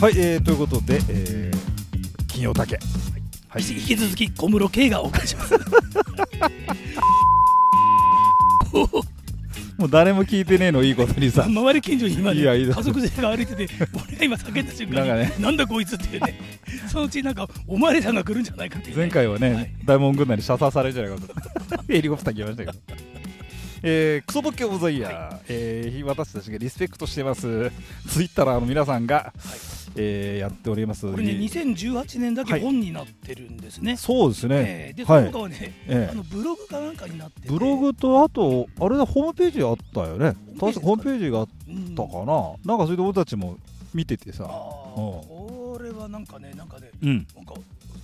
はい、えー、ということで、えー、金曜竹、はい、引き続き小室圭がお送り します。もう誰も聞いてねえのいいことに さ周り近所に今ねいやいい家だ族連れが歩いてて、俺が今叫んだ瞬間になんかねなんだこいつってい うね、そのうちなんかお巡りさんが来るんじゃないかっていうね、前回はね、はい大門軍団に射殺されるんじゃないかとヘリコプター来ましたけ ど、えー、クソボッケオブザイヤー、えー私たちがリスペクトしてますツイッターの皆さんが、えーやっておりますこれね、2018年だけ本になってるんですね。そうですね、えーで、はいその他はね、えあのブログかなんかになっててえブログとあとあれだホームページあったよね確かホホームームペページがあっうんたかな、なんかそれで俺たちも見ててあーさうこれはなんかね、なんかね、うんなんか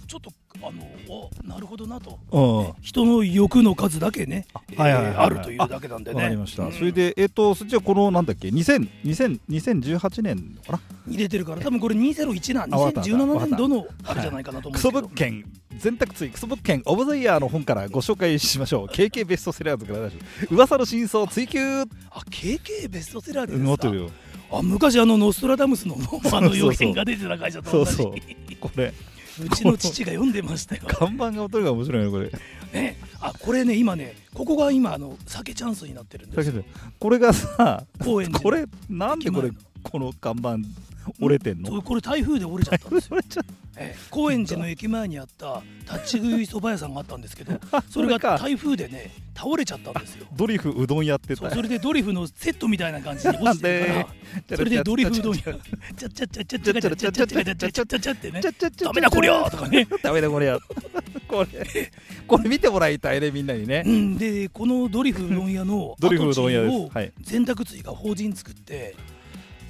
ちょっと、あのおなるほどなと、うん人の欲の数だけね、えはいはいはいーあるというだけなんでわね。かりました、うんそれで、えっと、そっちはこのなんだっけ、2000 2000 2018年かな、入れてるから、多分これ201な、あわかったわか2017った年度のあれじゃないかなクと思うんですソけ物ど、件、全宅追、クソ物件、オブザイヤーの本からご紹介しましょう、KK ベストセラーズからだし、噂の真相追求あ KK ベストセラーで持ってるすよ、か、あ昔、あのノストラダムスのあそうの予言が出てた会社と同じそうそうこれ、うちの父が読んでましたよ、看板が音が面白いね、これ、ね、あこれね、今ね、ここが今、あの酒チャンスになってるんでだすけよ、ど、これがさ、公園で、これ、なんでこれ駅、この看板、折れてんそのうこれ、台風で折れちゃったんですよ、折れちゃっええ高円寺の駅前にあった立ち食いそば屋さんがあったんですけど、それが台風でね、倒れちゃったんですよ。ドリフうどんやってそたう。それでドリフのセットみたいな感じに落ちてるからなん。それでドリフうどんちやゃちゃちゃちゃちゃちゃちゃちゃちゃちゃちゃちゃちゃちゃちゃってねちゃちゃちゃダメだこりゃーとかねダメだこれや これこれ見てもらいたいねみんなにねうんでこのドリフうどん屋のドリフうどん屋です跡地をはい全宅追が法人作って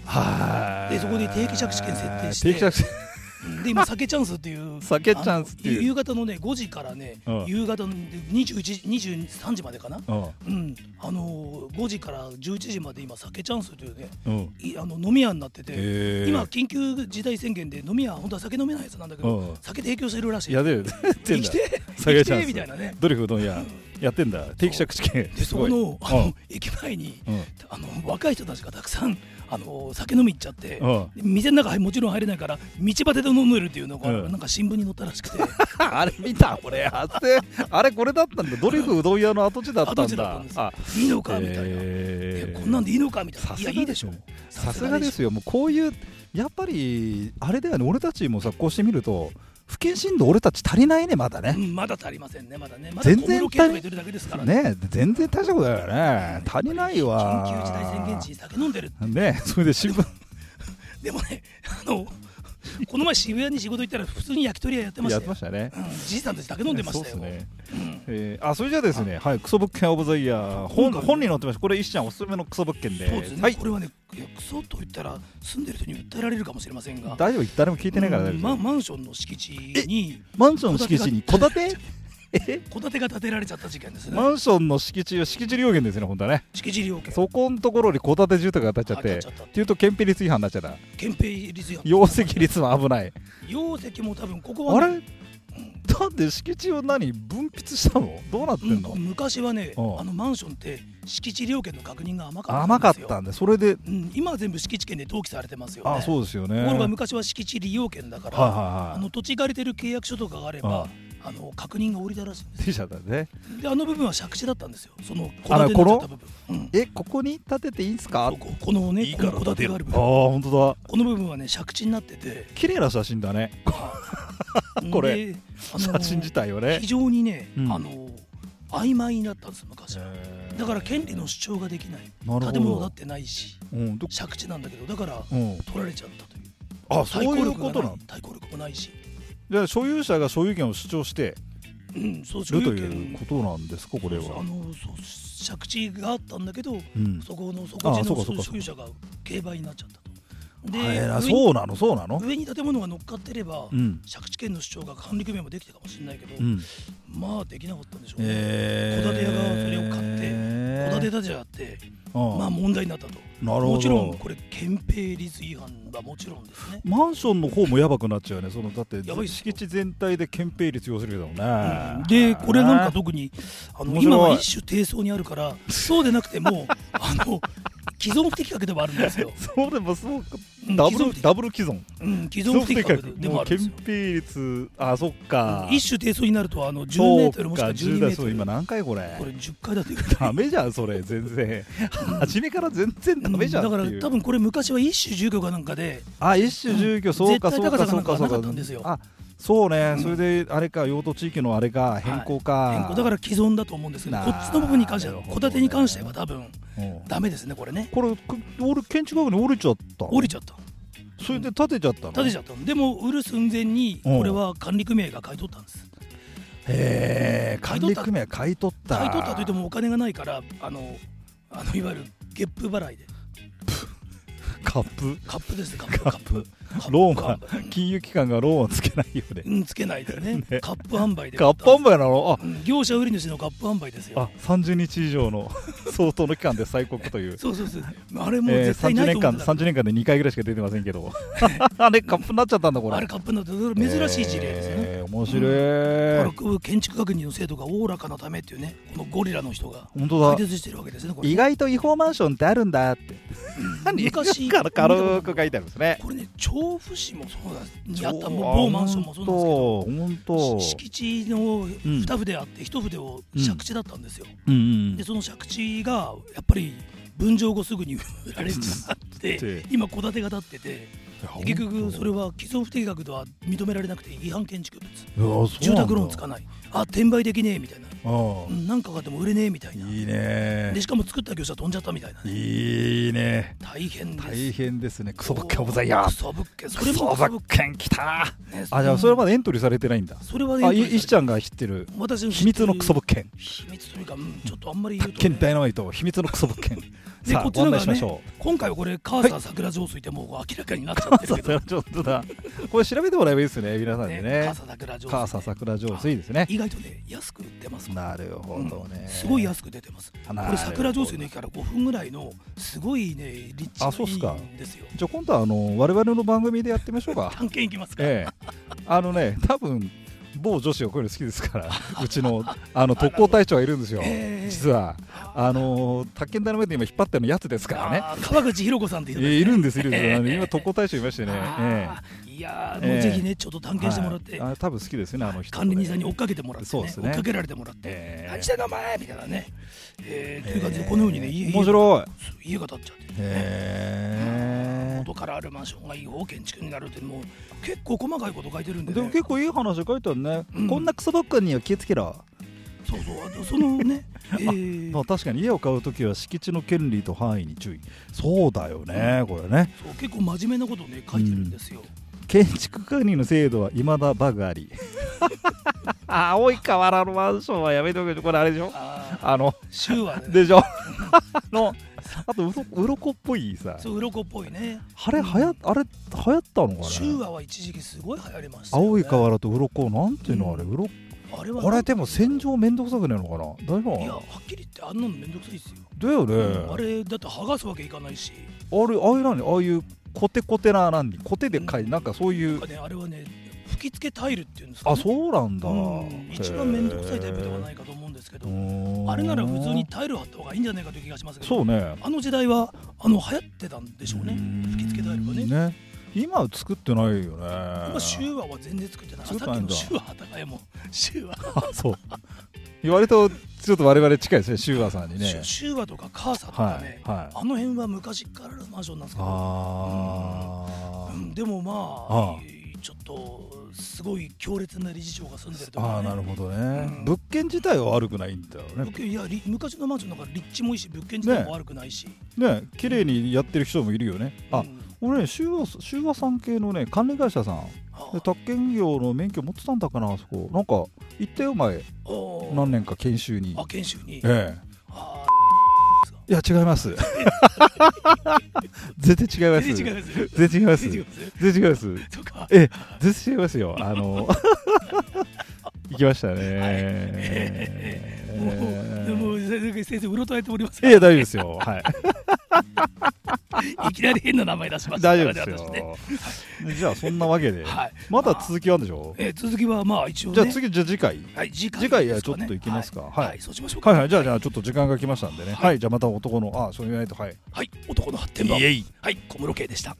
はいでそこで定期借地権設定して定期借地権うんで今酒チャンスっていう酒チャンスっていうあの夕方のね5時からねうん夕方の21時23時までかなうんうんあのー5時から11時まで今酒チャンスというねうんいあの飲み屋になっててえ今緊急事態宣言で飲み屋本当は酒飲めないやつなんだけどうん酒提供してるらしいやで 生きて酒生きチャンてスみたいなねドリフうどんややってんだ定期借地権ですそこごいのあうのん駅前に うんあの若い人たちがたくさんあの酒飲み行っちゃってうんで店の中もちろん入れないから道端で飲んでるっていうのがうんなんか新聞に載ったらしくてあれ見たこれあれあれこれだったんだドリフうどん屋の跡地だった 跡ん地だっただんで すあよいいのかみたいなええーこんなんでいいのかみたいさなすいがやいいでしょさすがですよもうこういうやっぱりあれだよね俺たちもさこうしてみると不謹慎度俺たち足りないねまだうねんまだ足りませんねまだねまだ全小然室圭とか言ってるだけですからねね全然大したことだよね足りないわ緊急事態宣言時に酒飲んでるねそれで新聞でもね あのこの前渋谷に仕事行ったら普通に焼き鳥屋やってましやったてよましたねうんじいさんたち酒飲んでましたよそうっすねうんえーあそれじゃあですねはいクソ物件オブザイヤー本今回ね本に載ってましたこれ石ちゃんおすすめのクソ物件でそうですね、はいこれはね、いやクソと言ったら、住んでる人に訴えられるかもしれませんが、大丈夫誰も聞いてないからう大ん丈ま夫マンションの敷地にマンションの敷地に戸建てえ 戸建てが建てられちゃった事件ですね、マンションの敷地は敷地料金ですね本当はね敷地料金、そこのところに戸建て住宅が建っちゃってあ建っっちゃったていうと憲兵率違反になっちゃった憲兵率や、容積率は危ない容積も多分ここあは、れだって敷地を何分泌したのどうなってうんんの、昔はね、うんあのマンションって敷地料金の確認が甘かったんですよ。甘かったんでそれで、うん、今は全部敷地権で登記されてますよね。あそうですよねところがはい昔は敷地利用権だから、はいあはの土地借りてる契約書とかがあれば、あの確認が下りたらしいんでい T 社だねすであの部分は借地だったんですよ、その戸あら建てになっちゃった部分。うんえここに建てていいんすかあこここのね、いいこからの戸建てがある部あ分、本当だこの部分はね、借地になってて、綺麗な写真だね これで、あの写真自体はね非常にね、うんあの曖昧になったんです、昔は。だから権利の主張ができない、なるほど建物だってないし、うんど借地なんだけど、だからうん取られちゃったという、あそういうことなの対抗力もないし、じゃあ所有者が所有権を主張してうん、そう所る有と権いうことなんですかこれはそうそうあのそう借地があったんだけど、うんそこのそあこあ地そうかのそうか所有者が競売になっちゃったと。で、はいあ上にそうなのそうなの上に建物が乗っかってれば、うん借地権の主張が管理組合もできたかもしれないけど、うんまあできなかったんでしょうね、えー戸建て屋がそれを買って戸建てだじゃあってうんまあ問題になったとなるほどもちろんこれ憲兵律違反はもちろんですねマンションの方もやばくなっちゃうよね、そのだってやばいっすよ敷地全体で憲兵率要するけどね。でこれなんか特にあ面白のい今は一種低層にある からそうでなくてもあの既存不適格ではあるんですよそうでもそううんダ既ブ存ル的ダブル既存うん、既存不適格でももあうるんです憲兵よ率あそっか一種低層になるとあの10メートルもしくは12メーそトうル今何回これこれ10回だというかダメじゃんそれ全 然初めから全然 ダうんメじゃんだってからいう多分これ昔は一種10かなんかであ一種住居そうかそうか絶対高さそがうかなそうかんかなかったんですよあそうねうんそれであれか用途地域のあれか変更か変更だから既存だと思うんですけどなこっちの部分に関してなはるほど戸建てに関しては多分うんダメですねこれねこれく俺建築学に折れちゃった降りちゃったそれで建てちゃったの建てちゃったのでも売る寸前にうんこれは管理組合が買い取ったんですへえ管買い理取った組合買い取った買い取ったといってもお金がないからあのあのいわゆるゲップ払いでカップカップですカップカカッッププローンカはップ販売金融機関がローンはつけないよねうんつけないでねねカップ販売でカップ販売なのあうん業者売り主のカップ販売ですよあ30日以上 の相当の期間で最告というそうそうそうあれもうえー絶対30ない年と間思うんだから30年間で2回ぐらいしか出てませんけ どあれカップになっちゃったんだこれあれカップなんて珍しい事例ですよね、えー面白い、だから建築確認の制度がおおらかなためっていうねこのゴリラの人が本当解だ説してるわけですねこれ意外と違法マンションってあるんだって何昔から軽く書いてあるんですねこれね調布市もそうだにあったもう某マンションもそうなんですけど本当本当し敷地のん二筆あって一筆を借地だったんですよ、うんうんでその借地がやっぱり分譲後すぐに売られちゃっ てで今戸建てが建ってて結局それは既存不適格では認められなくて違反建築物住宅ローンつかないないあ転売できねえみたいなあうんなんか買っても売れねえみたいあないいねでしかも作った業者飛んじゃったみたいなねいいね大変です大変ですねククソ物件オブザイヤクーソ物件そクれソもクソ物物件きた件ねあじゃあそれまでエントリーされてないんだそれはねあい石ちゃんが知ってる私の知秘っ密てるのクソ物件秘密というかうんちょっとあんまり言う宅と建ねダイナマイト秘密のクソ物 件でさこあっちご案内のがしまねしょう今回はこれ川沢桜上水ってもう明らかになっちゃ ってさるけすどがちょっとだ これ調べてもらえばいいですね皆さんでねね川沢桜上母さ水ね桜上水ですね意外とね安く売ってますなるほどね、うんすごい安く出てますこなるほどれ桜上水の駅から5分ぐらいのすごいね立地あそうっすかがいいんですよじゃあ今度はあの我々の番組でやってみましょう か探検行きますかええあのね多分某女子がこういうの好きですから うちのあの特攻隊長がいるんですよ、ええ実はあの宅建ダイナマイト今引っ張ってるのやつですからねあー川口博子さんってえいうえいるんですいるんです、 ええあの今特攻隊長いましてね、えあーいやーえもえうぜひねちょっと探検してもらって、はいあ多分好きですよねあの人管理人さんに追っかけてもらって、そうねですね追っかけられてもらって、ええ何してんだお前みたいなね、えーという感じでこのようにね、家面白い家家が建っちゃって、ねへ元からあるマンションが違法建築になるってもう結構細かいこと書いてるんえで,、でね、も結構いい話書いてあるね、うんこんなクソばっかには気をつけろ、そうそうあとその ね、えーまあ、確かに家を買うときは敷地の権利と範囲に注意そうだよねこれねそう結構真面目なことね書いてるんですよ、建築管理の制度はいまだバグあり 青い河原のマンションはやめておけこれあれでしょあああの週はねでしょあ のあとうろ鱗っぽいさそう鱗っぽいねあれはやあれ流行ったのか週ねはは一時期すごい流行りましたよね、青い河原と鱗なんていうのあれ鱗あれはあれでも洗浄めんどくさくねえのかな大丈夫いなやはのっきり言ってあんなのめんどくさいですよ、だよね、あれだって剥がすわけいかないしあれああいう何ああいうコテコテな何コテでかい、なんかそういなうんかねあれはね吹き付けタイルっていうんですか、ね、あそうなんだ、うん一番面倒くさいタイプではないいかと思うんですけどあれなら普通にタイル貼った方がいいんじゃないかという気がしますけどそうねあの時代はあの流行ってたんででしょうね吹き付けタイルはね今は作ってないよね今週話は全然作ってない作さっっきてないんのだ週話高いも週話あそう言われとちょっと我々近いですねシューアさんにね週話とかカーサとかはいね、はいあの辺は昔からのマンションなんですけど、あうーん、でもまあああちょっとすごい強烈な理事長が住んでるとあか、ーね、なるほどね、うん物件自体は悪くないんだよね物件いやり昔のマンションだから立地もいいし物件自体も悪くないし、ね綺麗にやってる人もいるよね、うあん俺ね修和修和さん系のね管理会社さんあで宅建業の免許持ってたんだかなあそこなんか行ったよ前あ何年か研修にあ研修にえあえいや違います 全然違いま全す 然違います全全然違います然違います全然違いますとかええ全然違いますよあ の行きましたね、もうで も先生先生うろたえておりますいや大丈夫ですよはい いきなり変な名前出しました大丈夫です私よね、じゃあそんなわけで、はいまだ続きはあるんでしょ、えー続きはまあ一応ねじゃあ次じゃあ次回はい次回次回ですかねいやちょっと行きますかはい、はいはいそうしましょうかはいはい、はいじゃあじゃあちょっと時間が来ましたんでねはい、はじゃあまた男のあそう言わないとはい男の発展版イエイはい小室圭でした